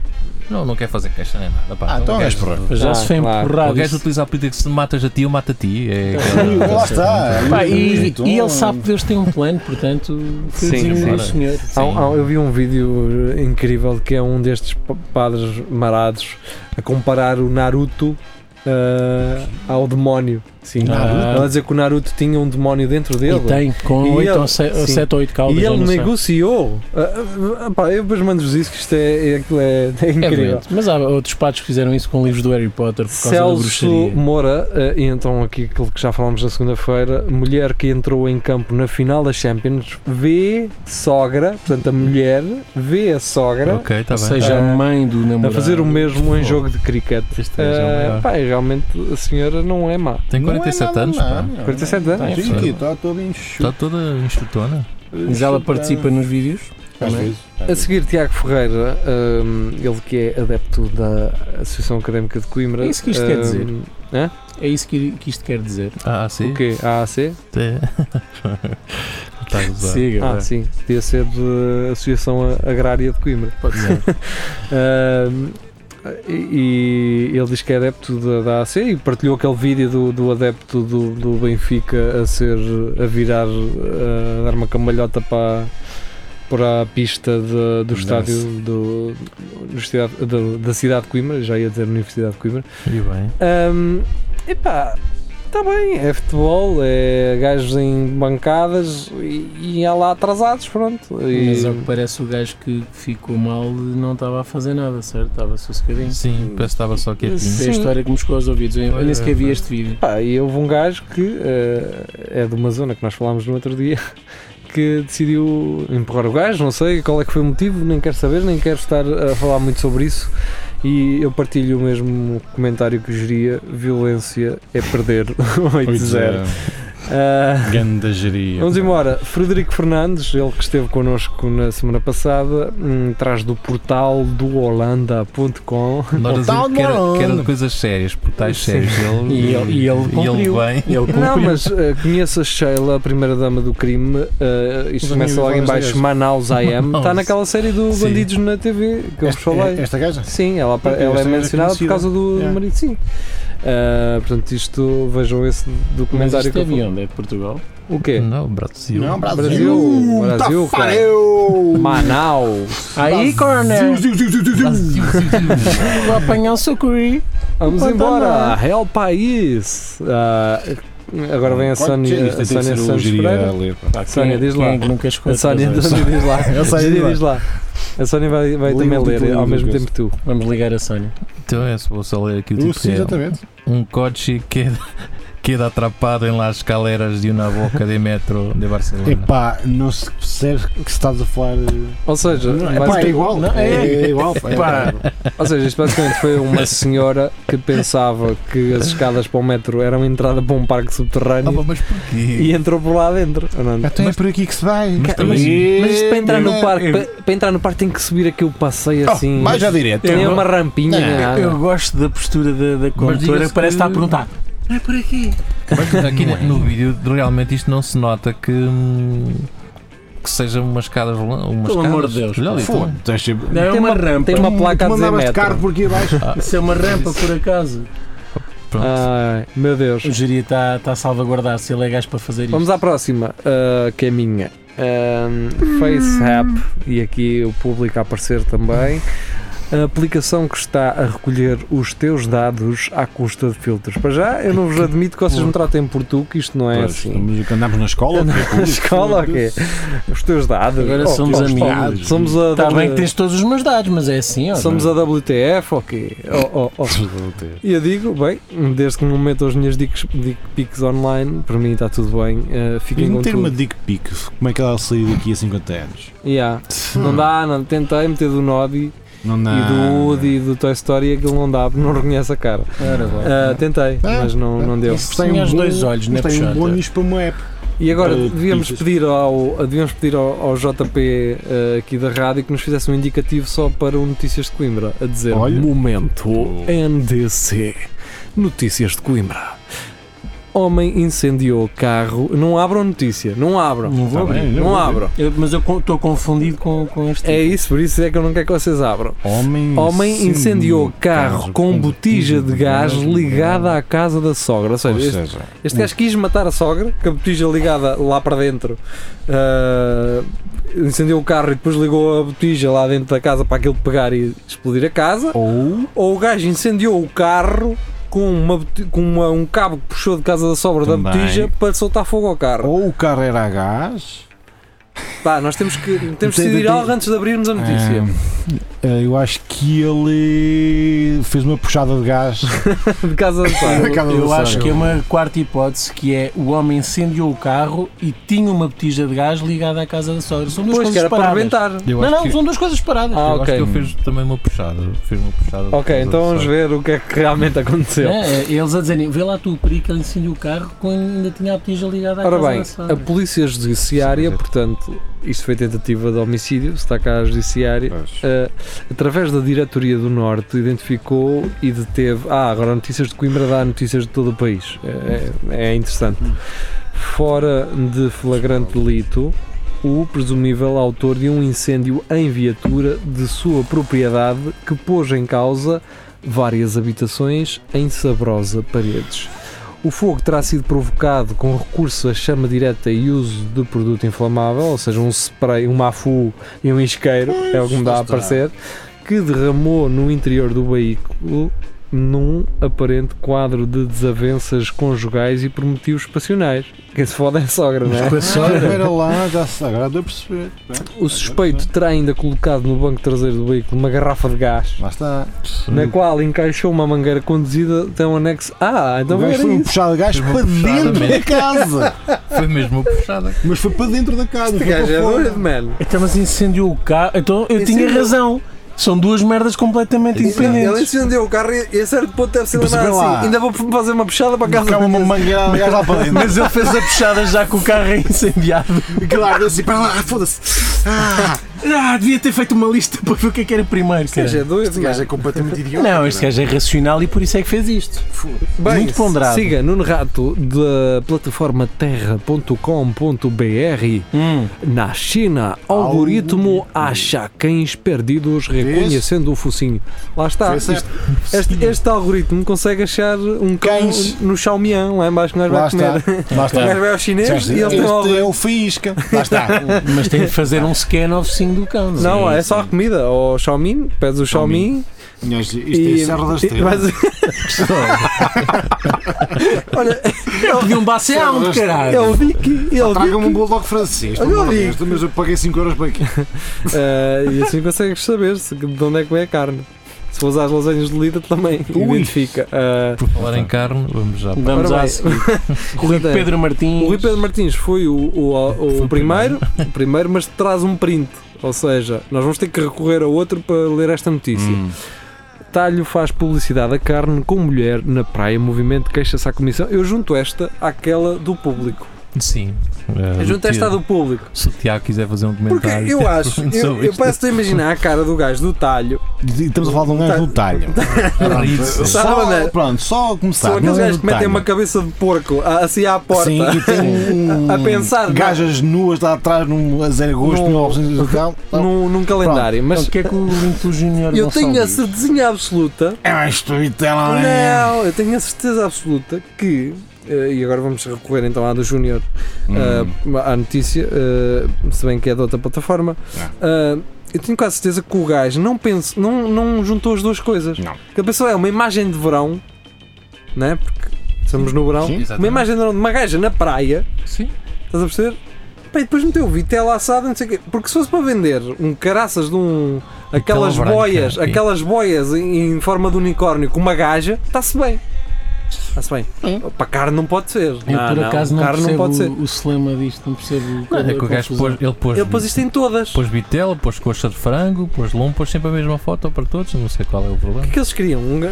não, não quer fazer queixa nem nada. Pá,
Ah, então
o
é
gajo-
esperar.
Mas já
Ah,
se foi
claro.
O
empurrado.
gajo
isso. é
utiliza a política de se matas a ti, eu mato a ti. É
Sim,
aquela-
Lá está!
Pá, e,
Então,
e ele sabe que Deus tem um plano, portanto, foi o
Sim,
desígnio do
sim.
senhor.
Há
Sim.
um- há um- eu vi um vídeo eh, incrível que é um destes pa- padres marados a comparar o Naruto eh, ao demónio. Sim,
Naruto?
Ela a dizer que o Naruto tinha um demónio dentro dele.
Ah, E tem,
E
com
ele-
oito ou se-
sim.
7 ou 8
E
caudas. eu
ele
não sei.
negociou. Ah, ah, ah, pá, eu depois mando-vos isso que isto é, é, aquilo é- é
É
incrível.
doente.
Mas há outros patos que fizeram isso com livros do Harry Potter por causa da
Celso
bruxaria.
Moura, eh, e então aqui aquilo que já falámos na segunda-feira, mulher que entrou em campo na final da Champions, vê sogra, portanto a mulher vê a sogra
Ok, está
Ou
Tá bem.
seja, a
Ah,
mãe do namorado.
a fazer o mesmo em
Pô.
jogo de cricket.
Este é já o
Eh,
maior.
pá, e realmente a senhora não é má.
Tem
não é
47
nada
anos,
má,
pá.
é
não. é?
47 anos.
Sim,
Sim,
sim.
está todo enxuto.
Está Tá toda enxutona.
Mas ela participa nos vídeos.
Às
também.
vezes.
A seguir, Tiago Ferreira, ehm, ele que é adepto da Associação Académica de Coimbra.
É isso que isto quer
ehm,
dizer. É isso que, que isto quer dizer.
Ah,
O
sim. É.
quê? AAC?
Até- Está a gozar.
Siga.
Ah,
vá.
sim. Podia ser de Associação Agrária de Coimbra.
Pode ser.
Ahm, e, e ele diz que é adepto da, da AC e partilhou aquele vídeo do, do adepto do, do Benfica a ser a virar a dar uma cambalhota para para a pista de- do estádio do, do cidade- da- da cidade de Coimbra, já ia dizer Universidade de Coimbra.
E bem.
Ahm, epá, está bem, é futebol, é gajos em bancadas e, e há lá atrasados, pronto. E-
Mas ao que parece, o gajo que ficou mal não estava a fazer nada, certo? Estava sossegadinho.
Sim, parece que estava só quietinho.
Sim.
Foi a história que me chegou aos ouvidos. Eu
Olha,
nem sequer vi
pá.
este vídeo.
Pá, e houve um gajo que eh, é de uma zona que nós falámos no outro dia que decidiu empurrar o gajo, não sei qual é que foi o motivo, nem quero saber, nem quero estar a falar muito sobre isso. E eu partilho o mesmo comentário que geria: violência é perder 8-0. Ah,
Ganda geria.
Vamos embora. Frederico Fernandes, ele que esteve connosco na semana passada, hum, traz do portal do Holanda.com.
Nós
Tá
dizemos que era,
bom.
que era de coisas sérias, portais
Sim.
sérios. Ele,
E ele- e ele cumpriu.
bem.
Ele
Não,
cumpriu.
mas eh, conheço a Sheila, a primeira dama do crime. eh, isto
Mas
começa
nem
logo em
falas
baixo.
desse.
Manaus I Am. Está
Manaus.
naquela série do
Sim.
Bandidos na TV que eu vos
Esta, é-
falei.
esta gaja?
Sim, ela, apa-
Ok,
ela é
esta era
mencionada por
conhecida.
causa do
Yeah.
marido, sim. Eh, portanto, isto vejam esse
Mas
documentário
isto
que
é
eu
de
fal-
onde? É de Portugal?
O quê?
Não, Brasil.
Não, é um Brasil.
Brasil, Brasil,
Tá
cara.
Tafarel!
Manaus!
Aí, corner!
Ziu, ziu, ziu, ziu, ziu.
Brasil, Brasil, Brasil.
Vou apanhar o sucuri.
Vamos
Opa,
embora!
tá
Real País! Ah, agora vem a
Qual que é
Sónia,
isto?
a
Tem que
Sónia
ser o
Santos
geria
Pereira.
a ler, pá.
Pá,
Sónia,
quem-
diz
quem
lá.
é que nunca chegou
A Sónia, a
atrasar?
Sónia diz lá.
Eu sei,
Sónia
diz lá.
diz lá. A Sónia vai, vai
Lê
também
o
ler
título
ao
do
mesmo
coisa.
tempo que tu.
Vamos ligar a Sónia.
Então é se fosse ler aqui o
Eu,
tipo
Sim,
que é.
exatamente.
Um coche queda, queda atrapado em las escaleras de uma boca de metro de Barcelona.
Epá, não se percebe que se estás a falar. eh,
Ou seja,
não,
basic-
epá, é igual.
Não, é.
é, é igual. pá, é
Pá.
igual.
ou seja, isto basicamente foi uma senhora que pensava que as escadas para o metro eram entrada para um parque
Ah, pá,
subterrâneo
mas porquê?
e entrou por lá dentro. ou não?
Então é por aqui que se vai.
Mas
Ca-
também-
Mas isto para entrar no
Eh,
parque, para, para entrar no parque tem que subir aquele passeio
Oh,
assim.
Vai já direto.
Tem
Eu-
uma rampinha. ah,
Não,
nada.
Eu gosto da postura da, da condutora,
diga-se
parece
que-
estar a perguntar. Não é por aqui.
Mas aqui no vídeo realmente isto não se nota que, hum, que seja umas escadas rolan- umas
Pelo
escadas.
amor de Deus,
Olha ali, então.
Foda-se.
Não, é
Tem
uma,
uma-
rampa.
tem uma placa a
Tu
dizer
mandavas de
metro.
carro por aqui abaixo.
Isso é uma rampa, por acaso.
Pronto.
Ai, meu Deus.
O Jiri está está a salvaguardar se ele é gajo para fazer isto.
Vamos à próxima, ah, que é minha. Ahm, FaceApp, e aqui o público a aparecer também. A aplicação que está a recolher os teus dados à custa de filtros. Para já, eu não vos admito que vocês me tratem por tu, que isto não é
Pois,
assim.
estamos- Andamos na escola?
é
Andamos
ok,
na
putz,
escola, ok. Os teus dados.
Agora somos amigos.
Somos a,
Está Tá bem
w,
que tens todos os meus dados, mas é assim, ó.
somos a WTF, ok. Oh, oh, oh. E eu digo, bem, desde que não metam as minhas dicas- dick pics online, para mim está tudo bem. ah,
E
fiquem com
não ter
tudo.
uma dick pic, como é que ela saiu daqui a 50 anos?
Yeah. Não dá, não. Tentei meter do Noddy
Não dá.
e
Ah,
do Woody e do Toy Story e aquilo não dá, não reconhece a cara.
Ora bem.
Ah, tentei, mas não, não deu.
Isso tem os dois olhos na
Mas tem um
puxada.
bónus para uma app.
E agora
Ah,
devíamos
pizzas.
pedir ao, devíamos pedir ao, ao JP ah, aqui da rádio que nos fizesse um indicativo só para o Notícias de Coimbra, a dizer
Olha.
Momento NDC Notícias de Coimbra. Homem incendiou carro. Não abram notícia, não abram.
Não vou
Tá bem,
abrir.
não
Não
vou
abram.
Eu- mas eu co- estou confundido com, com este. tipo.
É isso, por isso é que eu não quero que vocês abram.
Homem,
Homem incendiou carro com botija de gás ligada à casa da sogra. Ou
Ou
seja, este,
seja,
este gajo quis matar a sogra, com a botija ligada lá para dentro. Ah, incendiou o carro e depois ligou a botija lá dentro da casa para aquilo pegar e explodir a casa.
ou
Ou o gajo incendiou o carro com, uma boti- com uma- um cabo que puxou de casa da sogra da
Também.
botija para soltar fogo ao carro.
ou o carro era a gás.
Pá, nós temos que, temos que
Tem-
decidir
tem-
algo antes de abrirmos a notícia.
Ah, eu acho que ele fez uma puxada de gás.
De casa da sogra.
da casa
Eu,
do
acho
Sérgio.
que é uma quarta hipótese que é o homem incendiou o carro e tinha uma botija de gás ligada à casa da sogra. São duas
Pois que
coisas
era para
paradas.
arrebentar.
Eu
não,
acho
não,
que,
são duas coisas paradas.
Ah,
eu acho
ok.
que ele fez também uma puxada. Fez uma puxada.
Ok, então vamos
Sabe?
ver o que é que realmente aconteceu.
É, eles a dizerem, vê lá tu, o perigo que ele incendiou o carro quando ainda tinha a botija ligada à
Ora
casa
bem,
da sogra.
a polícia judiciária,
Sim, mas é-
portanto, isto foi tentativa de homicídio, está cá a judiciária, eh, através da diretoria do Norte, identificou e deteve. Ah, agora notícias de Coimbra dá notícias de todo o país. É, é- é interessante. Fora de flagrante delito, o presumível autor de um incêndio em viatura de sua propriedade que pôs em causa várias habitações em Sabrosa Paredes. O fogo terá sido provocado com recurso à chama direta e uso de produto inflamável, ou seja, um spray, um mafu e um isqueiro, é o que me dá a aparecer, que derramou no interior do veículo num aparente quadro de desavenças conjugais e por motivos passionais. Quem se foda é a sogra, não é?
Com a sogra.
Era lá, já se- agora deu a perceber.
O suspeito terá ainda colocado no banco traseiro do veículo uma garrafa de gás,
Lá está.
na qual encaixou uma mangueira conduzida até um anexo. Ah,
O
então
gajo
era
foi um
isso.
puxado de gás
Foi uma
para
puxada
dentro da
mesmo.
casa.
Foi mesmo uma puxada.
Mas foi para dentro da casa.
Este
foi
gajo
para
é
fora.
doido, mano.
Então, mas incendiou o carro. Então, eu
Incendiou.
tinha razão. São duas merdas completamente
Ele
independentes.
incendeu o carro e esse era de ponto deve ser
Mas
nada
vê lá.
assim. Ainda vou fazer é uma puxada para a casa
Ficava
da
uma
minha-
mangueira de gás lá para dentro.
Mas ele fez a puxada já com o carro é incendiado.
E claro,
assim,
eu disse, para lá, foda-se. Ah,
Ah, devia ter feito uma lista para ver o que é que era primeiro.
Este gajo
cara.
é doido,
este gajo
mano.
é completamente idiota.
Não, este gajo é racional e por isso é que fez isto.
Bem,
Muito ponderado.
Siga Nuno Rato da plataforma terra.com.br. Na China, Hum. algoritmo acha cães perdidos reconhecendo o focinho. Lá está.
Vê se é-
Isto- este, este algoritmo consegue achar um cão
Cães.
no Xiaomian, lá em baixo que nós
Lá
vai
está.
comer.
Lá
é O gajo
está.
vai ao chinês e ele tem um
Este
algoritmo.
é o faísca. Lá está.
Mas tem de fazer um scan ao focinho do cão.
Não, é
isso?
só a comida. Ou o Xiaomi, pedes o Xiaomi
Isto
e.
é Serra das
e-
Estrelas.
vais- Olha,
Pedi um bacião, caralho.
é o Vicky. Ele
Traga-me um bulldog francês,
Olha
pelo amor de
ali.
Deus, mas eu paguei 5 euros para aqui.
Ah, e assim consegues saber se, de onde é que vem a carne. Se fores às lasanhas de Lida, também
Ui.
identifica. Ah,
Por falar em carne, vamos já. para-
Vamos
Ora
à
bem.
seguinte. Rui
Exatamente.
Pedro Martins.
o Rui Pedro Martins foi o, o- o-
Foi o
primeiro, o primeiro, mas traz um print. Ou seja, nós vamos ter que recorrer a outro para ler esta notícia.
Hum.
Talho faz publicidade a carne com mulher na praia, movimento queixa-se à comissão. Eu junto esta àquela do público.
Sim. Eh,
A junta
o
é
Tiago-
estado do público.
Se o Tiago quiser fazer um
Porque
comentário.
eu acho, eu,
sobre
eu
isto.
parece a imaginar a cara do gajo do talho. Tá,
E Estamos a falar de um gajo do talho.
A rir-se.
Sabe, é?
Só, pronto, só a começar.
São aqueles
não é
gajos
do
que metem
talho.
uma cabeça de porco a- assim à porta.
Sim, e tem um,
A pensar, não.
Gajas nuas lá atrás, num a zero gosto,
Num-
num opções de tal.
num, num calendário.
Então,
Mas
o que é que o Limpio Júnior
eu tenho a
diz?
certeza absoluta.
É isto, e tela, né?
Não, eu tenho a certeza absoluta que. eh, E agora vamos recorrer então à do Júnior
Hum.
eh, à notícia, eh, se bem que é de outra plataforma.
É.
Eh, eu tenho quase certeza que o gajo não, penso, não, não juntou as duas coisas.
Não.
Que a pessoa é uma imagem de verão, né? Porque estamos no verão.
Sim.
Uma imagem de verão de uma gaja na praia,
Sim.
estás a perceber? Pá, e depois meteu vitela assada, não sei o quê. Porque se fosse para vender um caraças de um. aquelas
branca,
boias,
sim.
aquelas boias em, em forma de unicórnio com uma gaja, está-se bem. Está-se bem. Para carne não pode ser.
Eu
Ah, não,
por
não,
acaso não,
carne não
percebo
pode ser.
o celema disto, não percebo
Não, é que o
a
gajo
confusão.
pôs, ele pôs,
Ele pôs isto em todas.
pôs vitela, pôs coxa de frango, pôs lombo, pôs sempre a mesma foto para todos, não sei qual é
O
o
que é
problema.
que eles queriam? Um ga-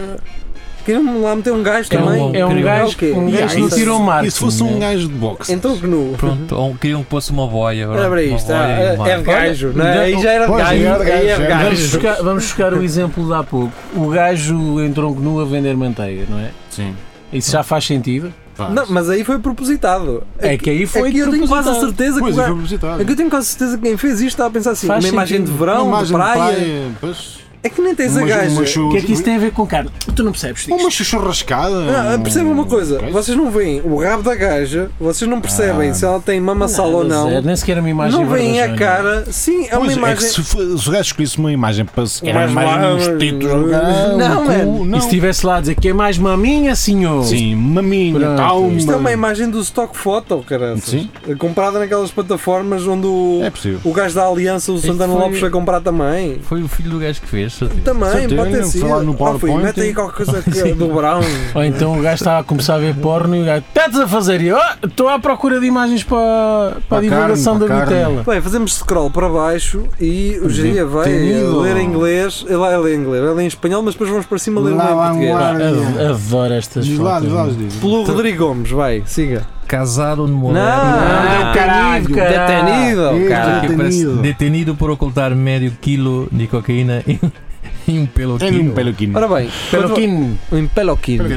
Queriam lá meter um gajo
É um
também?
homem.
É um
Incrível.
gajo que um
E
gajo
aí,
não
se-
tirou
E
marketing.
se fosse um
né?
gajo de boxe?
Ah, Então que nu.
Pronto, ou queriam que fosse uma boia.
Era para
uma
isto.
boia
ah,
e uma-
é é de gajo, não é?
Olha,
Aí já era de
pois,
gajo.
já era de
Aí é de
gajo, já era
Vamos
gajo.
buscar, vamos buscar o exemplo de há pouco. O gajo entrou nu a vender manteiga, não é?
Sim.
Isso já faz sentido?
Não, mas aí foi propositado.
É que aí foi
é que eu tenho quase a
propositado.
certeza que o
Pois, eu
gajo.
vou visitar.
É que eu tenho quase certeza que quem fez isto estava a pensar assim,
Faz
uma imagem
sentido.
de verão,
Uma
de
imagem
praia.
pois.
É que nem tens a
Uma-
gajo.
uma chu-
O que é que isso tem a ver com carne? Tu não percebes disto.
Uma chuchurrascada.
Ah, percebam uma coisa, vocês não veem o rabo da gaja, vocês não percebem
Ah.
se ela tem mamassala ou não,
Zero, Nem sequer é uma imagem
não veem a
verdadeira.
cara, sim, é uma
Pois, que
imagem.
se, fo- se o gajo escolhesse uma imagem para se calhar
Mas lá-
É mais uns títulos do gajo,
Não, mano.
um cu,
E se
não. é-
estivesse lá a dizer que é mais maminha, senhor?
Sim, maminha,
Pronto.
tal.
Isto é uma
mano.
imagem do stock photo, caralho.
Sim.
Comprada naquelas plataformas onde o,
É possível.
o gajo da Aliança,
É
o Santana
foi-
Lopes, foi comprar também.
Foi o filho do gajo que fez. certeza.
Também,
Certeza,
pode ter sido.
foi lá no
Ah, foi,
PowerPoint,
mete aí
hein?
qualquer coisa que- é do Brown.
Ou então o gajo estava a começar a ver porno e o gajo, estás a fazer? E eu, "Ah, estou à procura de imagens para, para
Para
a divulgação
carne, para
da
carne."
vitela.
Bem, fazemos scroll para baixo e o Jeria vai eh,
Detenido.
ler em inglês. Ele vai ler em inglês, vai ler em espanhol, mas depois vamos para cima ler
Lá
em
vamos
português.
lá.
Pá, ad- Adoro estas
Diz lá,
fotos.
diz lá,
meu.
diz lá.
Pelo Rodrigo Gomes, vai, siga.
Casado no
Não,
Ah, caralho, caralho.
Detenido, cara.
Aqui aparece,
Detenido.
detenido por ocultar meio quilo de cocaína e, e um pelo
Tem um
quilo.
peluquinho.
Ora bem,
Peloquino.
em Peloquino.
né?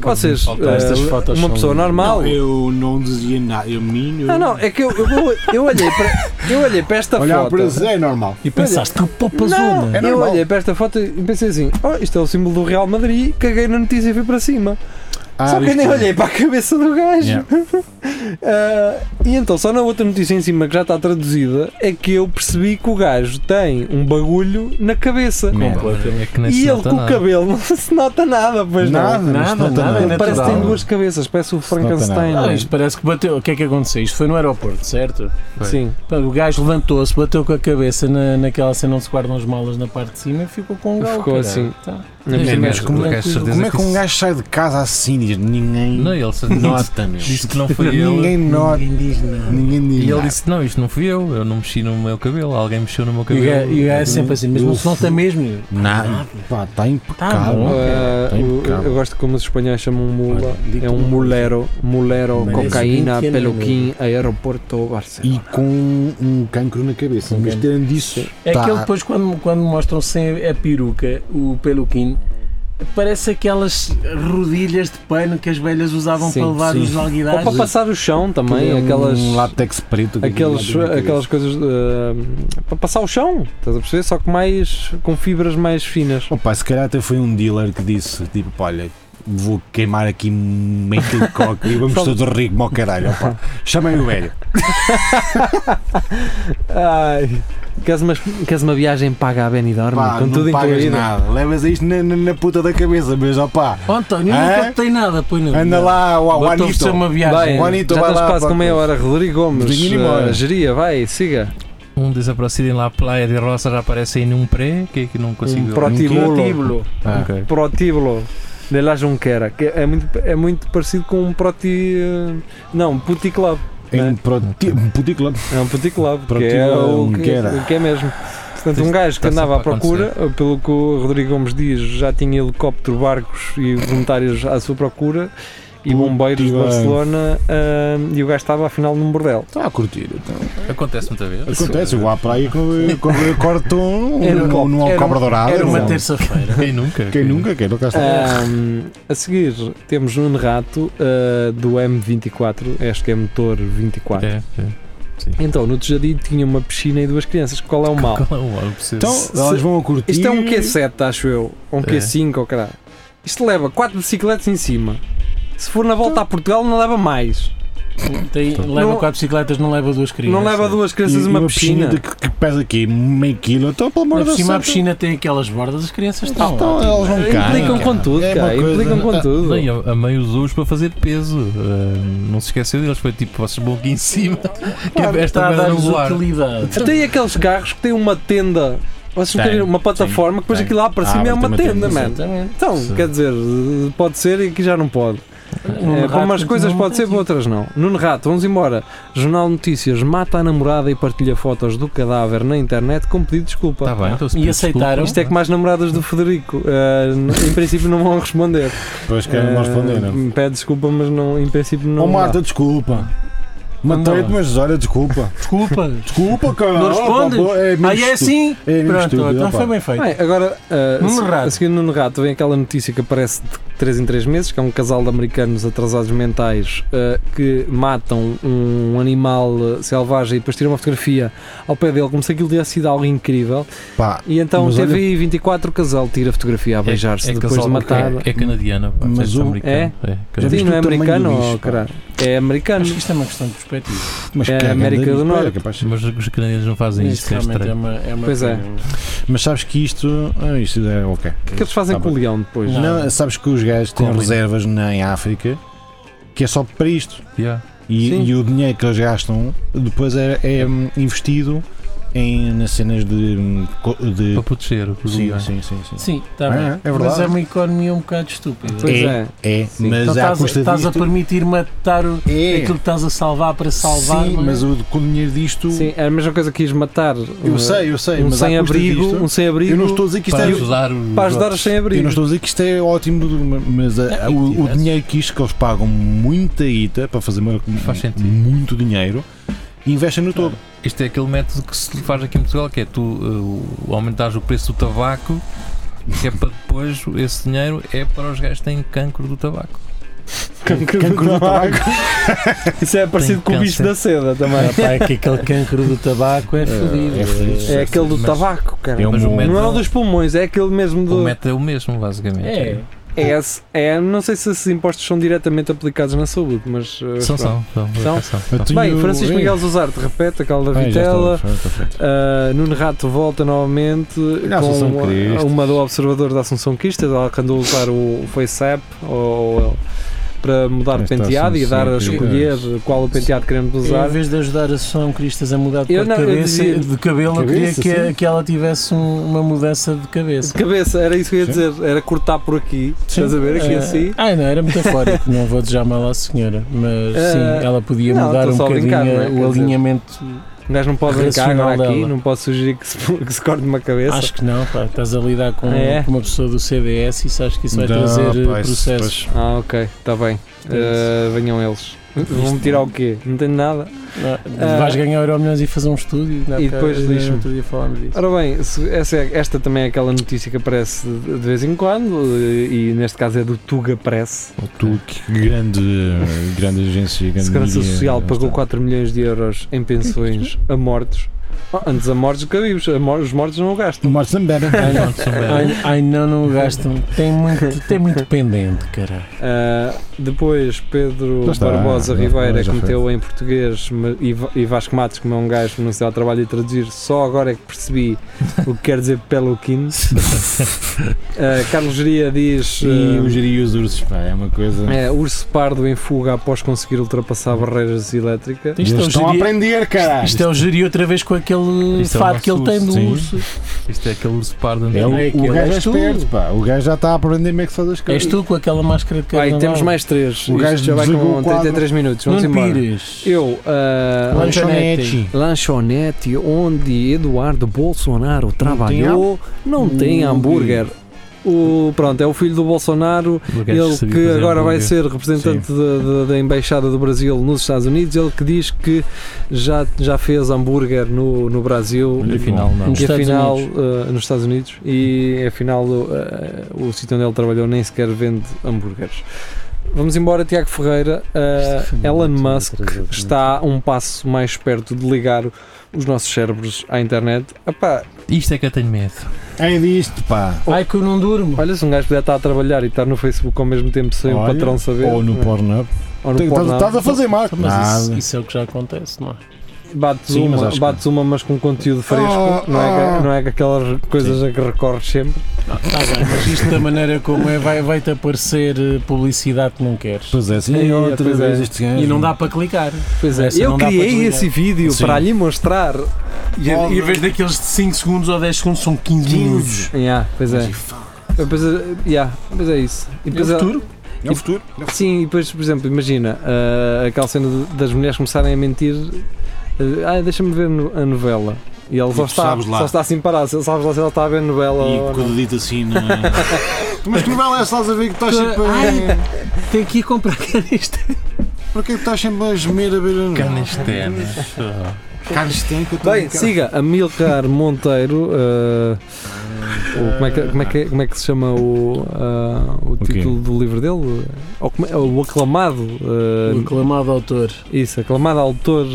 Vocês,
Falta
eh,
esta-
estas fotos
uma
são-
pessoa normal.
Eu não dizia nada, eu menino.
Não, não, é que eu, eu, vou- eu olhei, para, eu olhei para esta
Olhar
foto.
para isso é normal.
E pensaste que o Popa
Não,
Zona.
É
eu
normal.
olhei para esta foto e pensei assim: oh, isto é o símbolo do Real Madrid. Caguei na notícia e fui para cima. só que eu nem olhei para a cabeça do gajo.
Ah, Yeah.
Ah, e então, só na outra notícia em cima que já está traduzida, é que eu percebi que o gajo tem um bagulho na cabeça.
É que nem se
E ele
nota
com o
nada.
cabelo não se nota nada, pois não.
Nada,
Nada,
nada,
nada,
nada.
é
Parece que tem
natural.
duas cabeças, parece o
nota
Frankenstein.
Ah,
não é?
isto parece que bateu. O que é que aconteceu? Isto foi no aeroporto, certo?
Foi.
Sim.
Pá, O gajo levantou-se, bateu com a cabeça na, naquela cena onde se guardam as malas na parte de cima e ficou com um galo.
Ficou
caralho.
assim.
Tá.
Mas
Sim,
o
mas
gajo-
como
o
é
gajo de certeza
Como é que um
isso-
gajo sai de casa assim diz ninguém
Não, ele se-
nota, meu?
disse que não foi ele.
Ninguém nota,
Ninguém diz nada.
ninguém diz
E ele
nada.
disse: Não, isto não fui eu, eu não mexi no meu cabelo, alguém mexeu no meu
E o
cabelo.
gajo- e o gajo é sempre assim, mas não se
Uf.
nota mesmo. Tá
Nada. Pá, tá está
bom.
impecável.
Ah,
Tem um
o-
cabo.
eu gosto como os espanhóis chamam mula.
digo-te
É um
uma coisa.
mulero, mulero,
Parece
cocaína,
20 anos,
peluquim, aeroporto, Barcelona.
E com um cancro na cabeça. Mas tirando disso,
É
tá.
que ele depois, quando, quando mostram sem a peruca, o peluquinho, parece aquelas rodilhas de pano que as velhas usavam
Sim,
para levar
sim.
os
Ou para
alguidares.
passar o chão também,
É um
aquelas.
látex preto. que
Aqueles,
aquilo lá tem na
aquelas
cabeça.
coisas eh, para passar o chão, estás a perceber? Só que mais com fibras mais finas.
Opa, se calhar até foi um dealer que disse, tipo, pá, olha, vou queimar aqui meio quilo de coca e vamos todos ricos, mó caralho, opa. Chamei o velho.
Ai, queres, uma, queres uma viagem paga a Benidorm?
Pá,
com
não
tudo
pagas
incluído.
nada, levas isto na, na- na puta da cabeça, mas opá,
Oh, António,
É?
nunca te tem nada, põe na
anda lá, o
Botou-se
Juanito.
uma
Bem,
viagem.
Bem, Juanito,
já
vai
estás
lá,
quase com
pá,
meia
pois.
hora. Rodrigo Gomes,
Tenho que ir embora.
eh, geria, vai, siga.
Um desaparecido na praia de Rosa já aparece em um pré, que é que não consigo.
Um protíbulo.
Ah,
Ok.
Protíbulo de La Junquera, que é muito, é muito parecido com um proti. eh, Não, Puti Club.
Em proti- putícula.
É um Puti Club, que
Protíbulo
é
La
o que,
Junquera.
o que é mesmo. Portanto, um
Isto
gajo que
está
andava à
sempre a
procura, eh, pelo que o Rodrigo Gomes diz, já tinha helicóptero, barcos e voluntários à sua procura e bombeiros de
bem.
Barcelona ah, e o gajo estava afinal num bordel.
Está a curtir. Então.
Acontece muita vez.
Acontece, eu vou à praia quando, quando eu corto um,
Era
um,
um-
um,
era um-
cobra dourada.
Era uma
não.
terça-feira.
Quem nunca?
Quem nunca, quem nunca está.
Ahm, a seguir temos um rato ah, do M24, este que é motor 24.
É, é.
Então, no Tejadinho tinha uma piscina e duas crianças. Qual é o mal?
Qual é o mal possível?
Então,
se-
elas vão a curtir.
Isto é um Q7, acho eu. Ou um
É.
Q5, ou caralho. Isto leva 4 bicicletas em cima. Se for na volta a Portugal, não leva mais.
Tem- leva quatro bicicletas, não leva duas crianças.
não leva duas
é E-
crianças
e
uma, piscina.
de que, que pesa aqui meio quilo. Então, pelo amor de
Ainda por
Deus.
cima a
santo,
piscina tem aquelas bordas, as crianças estão.
Então,
lá.
elas vão cá.
implicam
cá.
com tudo,
É uma
cara.
coisa-
Implicam com tudo.
Bem, a- amei os outros para fazer peso. Ah, não se esqueceu deles. Foi tipo, vocês vão aqui em cima. que
Claro,
esta
está a
merda não
dar-lhes
voar.
utilidade.
Até aí aqueles carros que têm uma tenda. Vocês não
Tem,
querem uma plataforma que depois
tem.
aquilo lá para
Ah,
cima é
tem
uma
uma
tenda,
tenda,
mano.
Exatamente.
Então,
Sim.
quer dizer, pode ser e aqui já não pode. É, para
Um rato
umas
continua
coisas pode ser,
aqui.
para outras não. Nuno Rato, vamos embora. Jornal Notícias mata a namorada e partilha fotos do cadáver na internet com pedido de desculpa.
Tá
Está bem, então se
E
pedir
aceitaram?
Isto é que mais namoradas do Federico. eh, n- em princípio não vão responder.
Pois querem nós responderam.
Eh, Pede desculpa, mas não, em princípio não.
Ó
dá.
Marta, desculpa. Matei-te, mas olha, desculpa.
Desculpa.
Desculpa, cara.
Não
Ah, pá,
respondes?
pô, É mesmo
Aí é
estúpido.
assim?
É mesmo
Pronto,
estúpido,
então
opa.
foi bem feito.
Bem, agora, uh,
Nuno
a, se-
Rato.
a seguir no Nuno Rato vem aquela notícia que aparece de 3 em 3 meses, que é um casal de americanos atrasados mentais uh, que matam um animal uh, selvagem e depois tiram uma fotografia ao pé dele, como se aquilo tivesse sido algo incrível.
Pá,
E então
Mas
teve aí 24 o casal tira a fotografia a beijar-se
é, é
depois
casal-
de matar.
É, é canadiana, pá,
Mas
deve ser
o-
americano.
É?
canadiano.
Já
Sim,
viste
não é
o tamanho do
americano,
bicho,
oh,
pá?
caralho. É americano.
Acho que isto é uma questão de perspectiva.
mas
É,
que é
América
grande
do
bicho, pá,
Norte.
é capaz de-
Mas os canadianos não fazem
Isto
isso, é
realmente é
estranho.
uma, é uma
Pois é.
pena.
Mas sabes que isto. ah, Isto é ok.
O que é que eles fazem
Tá
com o
bem.
leão depois? é?
Não.
Não, é- sabes que os gajos têm
Comem.
é?
reservas na, em África que é só para isto.
Yeah.
E,
Sim.
e o dinheiro que eles gastam depois é, é, hum, investido em, nas cenas de. hum, co- de
Para proteger o
sim,
lugar.
sim, sim, sim.
Sim, está
É,
bem.
é verdade.
Mas é uma economia um bocado estúpida.
Pois
É.
é.
É,
Sim.
mas
Então
à
estás,
custa
estás a
disto.
permitir matar o-
é.
aquilo que estás a salvar para salvar.
Sim,
não é?
mas o, com o dinheiro disto.
Sim, é a mesma coisa que quis matar.
Eu
uh,
sei, eu sei,
Um
mas à custa
sem-abrigo.
disto-
Um sem-abrigo.
Eu não estou a dizer que isto
Para
é.
ajudar os.
para ajudar os
outros.
Eu
sem-abrigo.
não estou a dizer que isto é ótimo, mas a-
Não,
o, o
tivesse.
dinheiro que isto, que eles pagam muita ita para fazer mu-
Faz sentido.
muito dinheiro, e investem no todo.
Isto é aquele método que se faz aqui em Portugal, que é tu eh, aumentares o preço do tabaco, que é para depois esse dinheiro é para os gajos que têm cancro do tabaco.
Cancro do
Cancro do
tabaco.
tabaco.
Isso é parecido
Tem
com o bicho
câncer.
da seda também.
Ah, pá, é que aquele cancro do tabaco é fodido.
é fodido.
É aquele do
Mas-
tabaco, cara.
É um-
Mas o
Não
método,
Não é o dos pulmões, é aquele mesmo
o
do.
método é o mesmo, basicamente.
É.
É, esse- é, não sei se esses impostos são diretamente aplicados na saúde, mas. uh,
São,
pronto.
são. são,
São?
são,
Eu
são.
tenho-
Bem, Francisco
Ei.
Miguel Zuzarte repete aquela da
Ah, já
vitela.
está, está feito.
Uh, Nuno Rato volta novamente
Assunção
com
Cristas.
a- uma do Observador da Assunção Quista, ela que andou a usar o FaceApp ou, ou- para mudar o
Esta
penteado e
Assunção É
dar a
Cristas.
escolher qual o penteado queremos
Eu,
usar.
em vez de ajudar a São Cristas a mudar de,
Eu
cor de
não, eu
cabeça,
dizia-
de cabelo, eu queria
Cabeça,
que,
sim.
que ela tivesse um- uma mudança de
De
cabeça.
cabeça, era isso que eu ia
Sim. É.
dizer, era cortar por aqui, estás a ver, aqui
Ah,
assim.
Ah, não, era metafórico, não vou desejar mal à senhora, mas
Ah,
sim, ela podia
não,
mudar
estou
um
só a
bocadinho
brincar, não é? Quer
o
dizer,
alinhamento.
O um gajo não pode brincar
Racional
agora aqui,
dela.
não pode sugerir que se, que se corte uma cabeça.
Acho que não, pá, estás a lidar com,
É.
com uma pessoa do CDS e isso acho que isso vai
Não,
trazer eh,
pá, isso
processos.
depois-
Ah, ok, está bem.
É
Uh, venham eles. Vão me tirar o quê? Não tenho nada.
Não, Vais
Ah.
ganhar euro milhões e fazer um estúdio. não é?
E
Porque,
depois
eh,
diz-me.
Outro dia falámos disso.
Ora bem, se- essa é- esta também é aquela notícia que aparece de de vez em quando, e e neste caso é do Tuga Press.
Tu, que grande, eh, grande agência.
A
Grande
Segurança
mídia,
Social pagou
está.
4 milhões de euros em pensões a mortos. Oh, antes a mortos que a vivos, a mor- os mortos não o gastam.
Marcos Zambera.
Ai, não.
Não, são bem.
Ai, ai, não, não gastam. Tem muito, tem muito pendente, cara.
Ah, depois Pedro
Já está,
Barbosa
já-
Ribeira
já foi.
cometeu em português ma- e Va- e Vasco Matos, como é um gajo que não se dá ao trabalho de traduzir, só agora é que percebi o que quer dizer peluquim. Ah, Carlos Geria diz.
E
ah,
o Jiri e os ursos, pá, é uma coisa.
É, urso pardo em fuga após conseguir ultrapassar barreiras elétricas.
Isto é,
Eles
o
estão a
gerir,
aprender, um caralho.
isto é o gerir outra vez com aquele
Isto é o
um fato que ele tem do
urso, sim.
urso.
Isto é aquele urso pardo
É
antigo.
o,
É aquilo,
o gajo é
és tu.
esperto, pá. O gajo já está a aprender como é que se faz as coisas.
És tu com aquela máscara de
Vai,
carnaval.
temos mais três.
um
Isto
O gajo
já vai
desligou
com
o quadro.
33 minutos. Vamos
Nuno
embora.
Pires.
Eu, ah,
Lanchonete.
lanchonete onde Eduardo Bolsonaro trabalhou, não tem,
hambúrguer.
hambúrguer. O, pronto, é o filho do Bolsonaro, ele que agora vai ser representante da, da- da Embaixada do Brasil nos Estados Unidos, ele que diz que já, já fez hambúrguer no, no Brasil
Afinal, não.
e
Nos Estados
afinal,
Unidos.
eh, nos Estados Unidos, e afinal eh, o sítio onde ele trabalhou nem sequer vende hambúrgueres. Vamos embora, Tiago Ferreira. Eh,
Isto foi
Elon
muito
Musk
atrasado, muito.
está
né?
a um passo mais perto de ligar os nossos cérebros à internet. Epá,
Isto é que eu tenho medo.
É disto, pá.
Ai que eu não durmo.
olha, se um gajo puder estar a trabalhar e estar no Facebook ao mesmo tempo sem o
Olha,
patrão saber.
Ou no
né?
Pornhub.
Ou no
Tem- Estás
Pornhub.
estás a
é
fazer mais.
Mas isso,
Nada.
isso é o que já acontece, não é?
Bates,
Sim, mas
uma,
acho que-
bates uma, mas com conteúdo fresco.
Ah,
não, é
ah.
que, não é que aquelas coisas a que recorres sempre.
Está Tá bem, mas isto da maneira como é, vai- vai-te aparecer eh, publicidade que não queres.
Pois é, sim,
Ei,
outra
pois
vez
é.
este gajo.
E não dá para clicar.
Pois é,
Essa
eu
não dá para
criei
desligar.
esse vídeo
Sim.
para lhe mostrar.
E, a- e em vez daqueles de 5 segundos ou 10 segundos, são 15, minutos.
Yeah, pois é. Depois, yeah, depois é isso. E depois,
É o
ela-
futuro.
É o futuro.
Sim, e depois, por exemplo, imagina ah, aquela cena de- das mulheres começarem a mentir. ah, ah, deixa-me ver no- a novela. E ela só
tu
está,
sabes lá.
só está assim parada. Só sabes lá se ela está a ver novela. ou
E com
não.
o dedito assim na. Mas que novela é essa? Estás a ver que estás
tipo,
sempre. a-
Tem que ir comprar isto.
Porquê que estás sempre a gemer a um ver a novela?
Canistenas.
Carnes tem que eu estou
Bem,
a-
siga, Amilcar Monteiro. ah, o- como, é que, como, é que, é- como é que se chama o, ah, o
quê?
título do livro dele? Ou como é- o aclamado.
Um.
ah,
O aclamado autor.
Isso, aclamado autor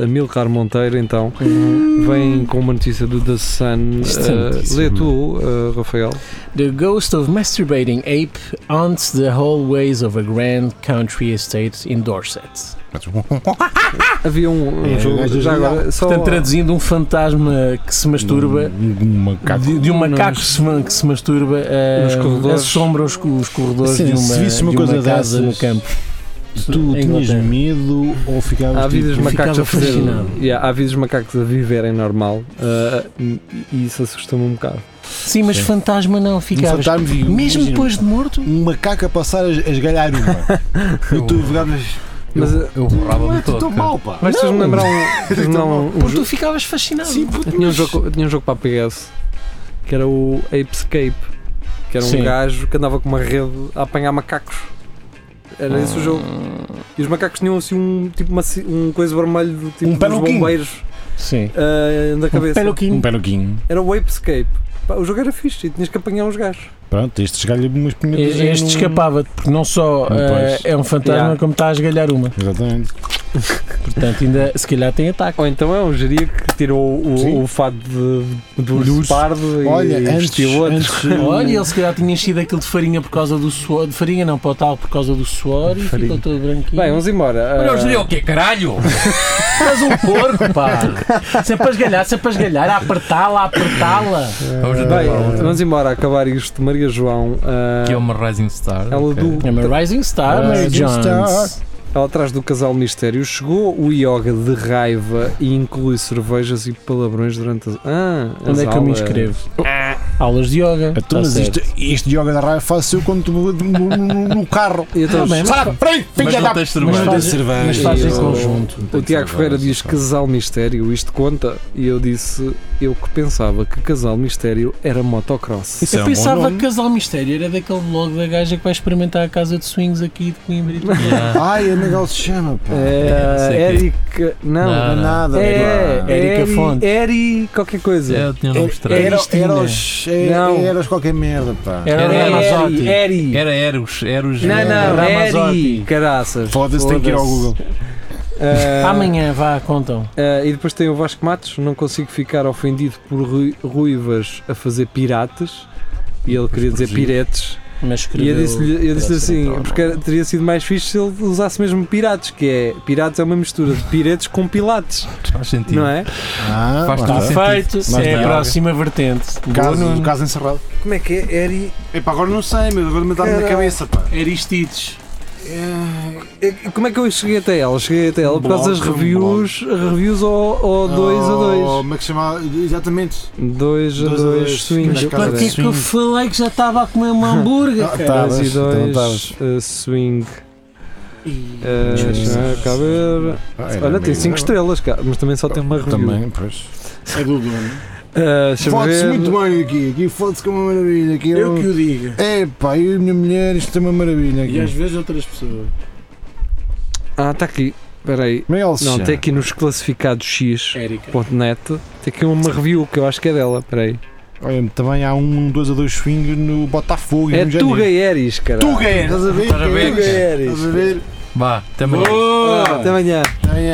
eh, Amilcar Monteiro, então, vem com uma notícia do The Sun. Eh,
Interessantíssimo.
lê tu, eh, Rafael.
The ghost of masturbating ape haunts the hallways of a grand country estate in Dorset.
Havia um, um
É,
jogo,
gajo
já
legal.
agora, só
Portanto, traduzindo, um fantasma que se masturba.
Um macaco.
De, de um macaco
Nos-
que se, ma- que se masturba eh,
Nos corredores.
assombra os, co- os corredores
Sim,
de uma,
se visse uma
de
coisa
casa
dessas,
no campo.
Tu
Em
tinhas
Inglaterra.
medo ou ficavas.
há
tipo,
vídeos
Eu
macacos
ficava
a fazer.
fascinado.
Yeah, há vídeos macacos a viverem normal eh, e- e isso assusta-me um bocado.
Sim, mas
Sim. Um
fantasma não, ficavas.
fantasma, vi-
mesmo
imagina.
depois de morto?
um macaco a passar a a esgalhar uma. e tu ficavas.
Mas, eh,
Eu borrava-me
Mas tu
todo.
estou
cara.
mal, pá.
mas vocês me lembram um- vocês me lembram um,
Porque
jo-
tu ficavas fascinado.
Sim, puto,
eu tinha um
mas-
jogo, eu tinha um jogo para a PS que era o Apescape, que era um
Sim.
gajo que andava com uma rede a apanhar macacos. Era esse o jogo. E os macacos tinham assim um tipo uma, ci- um coisa vermelho do tipo
Um
dos
peruquinho.
bombeiros
Sim.
ah, na cabeça.
Um peruquinho.
Era o Apescape. Pá, O jogo era fixe e tinhas que apanhar uns gajos.
Pronto, este esgalha umas punhetas. aí
Este
num-
escapava-te, porque não só
Ah,
eh,
pois.
é um fantasma,
Yeah.
como está a esgalhar uma.
Exatamente.
Portanto, ainda se calhar tem ataque.
Ou então é um geria que tirou o,
Sim.
o fato de, de urso
Urso.
pardo e
Olha,
e
antes.
vestiu outro.
antes
Olha, ele se calhar tinha enchido aquilo de farinha por causa do suor. De farinha não, para o tal por causa do suor e
Farinha.
ficou todo branquinho.
Bem, vamos embora.
Olha,
Ah,
eu diria o quê, caralho?
Mas um porco, pá! Sempre a esgalhar, sempre a esgalhar, a apertá-la, a apertá-la.
Vamos
Bem,
adorar.
vamos embora acabar isto. Maria João, ah,
Que é uma Rising Star.
ela,
ok.
do,
É uma rising star, Mary
Rising star.
Jones.
ela atrás do casal mistério chegou o yoga de raiva e inclui cervejas e palavrões durante as. Ah, as
Onde é que eu me
aulas.
inscrevo? Aulas de yoga.
Tá
Tá
Então, mas isto, este yoga da raia faço eu quando no, no, no- no carro.
E
Ah,
então,
Sabe? Peraí,
Mas
filha
não
da.
tens
Mas
cerveja.
faz-
cerveja.
mas faz em
eu-
conjunto.
o Tiago Ferreira diz casal mistério, isto conta? E eu disse, eu que pensava que casal mistério era motocross.
Isso é
eu
um bom
pensava
nome.
que Casal Mistério era daquele blog da gaja que vai experimentar a casa de swings aqui de Coimbra. e tudo.
Yeah.
Ai, a Miguel se chama, pá.
É,
sei que-
Eric. Não,
Não, não.
Nada,
é.
pá.
Erika
Eri-
Fonte.
Eri. qualquer coisa.
É,
Eu tinha um nome estranho.
É, Era,
Cristina.
era, os,
Não. É
era, era os é- qualquer merda, pá.
Era É.
Era
da
Eri.
Amazotti.
Eri.
Era Eros. Eros. eh,
Não, não,
é Ramazotti.
Eri. Caraças.
Foda-se, tem que ir ao Google.
Ah,
Amanhã, vá, contam.
ah, e depois tem o Vasco Matos. Não consigo ficar ofendido por rui- ruivas a fazer piratas. E ele queria dizer piretes.
Mas
E
escreveu.
eu disse-lhe eu disse assim: porque era- teria sido mais fixe se ele usasse mesmo pirates. Que é pirates é uma mistura de piretes com pilates,
Faz sentido.
não é?
Ah,
Faz
pá.
Está
tudo sentido.
Tá feito,
Mas
é a
não.
próxima vertente. Boa,
Caso,
Nuno.
caso encerrado.
Como é que é? Eri.
Epá, agora não sei, mas agora me dá-me na cabeça, pá.
Aristides.
É,
É, Como é que eu cheguei até ela? Cheguei até ela por causa das
Blog,
reviews, reviews ao, ao 2
oh,
a
Como é que se chama? Exatamente.
2. 2 a
Dois a dois.
2 swings.
Mas
cara.
Para que é que eu
Swing.
falei que já estava a comer uma hambúrguer?
Ah,
cara?
tá.
É Dois
Estavas,
e
então
dois
estavas.
uh, swing.
Ih,
Uh,
Jesus.
deixa-me cá ver.
Ah, era
Olha, tem
mesmo.
5 estrelas, cara, mas também só tem uma review.
Também, pois.
É do dono.
Ah, deixa-me
Fode-se
ver.
muito bem aqui, aqui fode-se com uma maravilha. Aqui
Eu
não-
que o diga.
É pá, eu e a minha mulher, isto é uma maravilha
E às
aqui.
vezes outras pessoas.
Ah, está aqui. Espera aí.
Miguel
Não,
Seixas.
tem aqui nos classificados x.net.
Érica.
Tem aqui uma review que eu acho que é dela. Espera aí.
Olha, também há um 2 a 2 swing no Botafogo. e
É
no Janeiro.
Tuga Eris, cara.
Tuga é, Estás a ver?
Estás a ver?
Tuga é, Estás a ver?
Vá, até amanhã.
Até amanhã.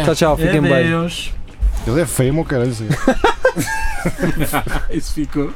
Tchau, tchau. Fiquem bem.
Adeus.
Ele é feio, meu caralho.
Isso ficou.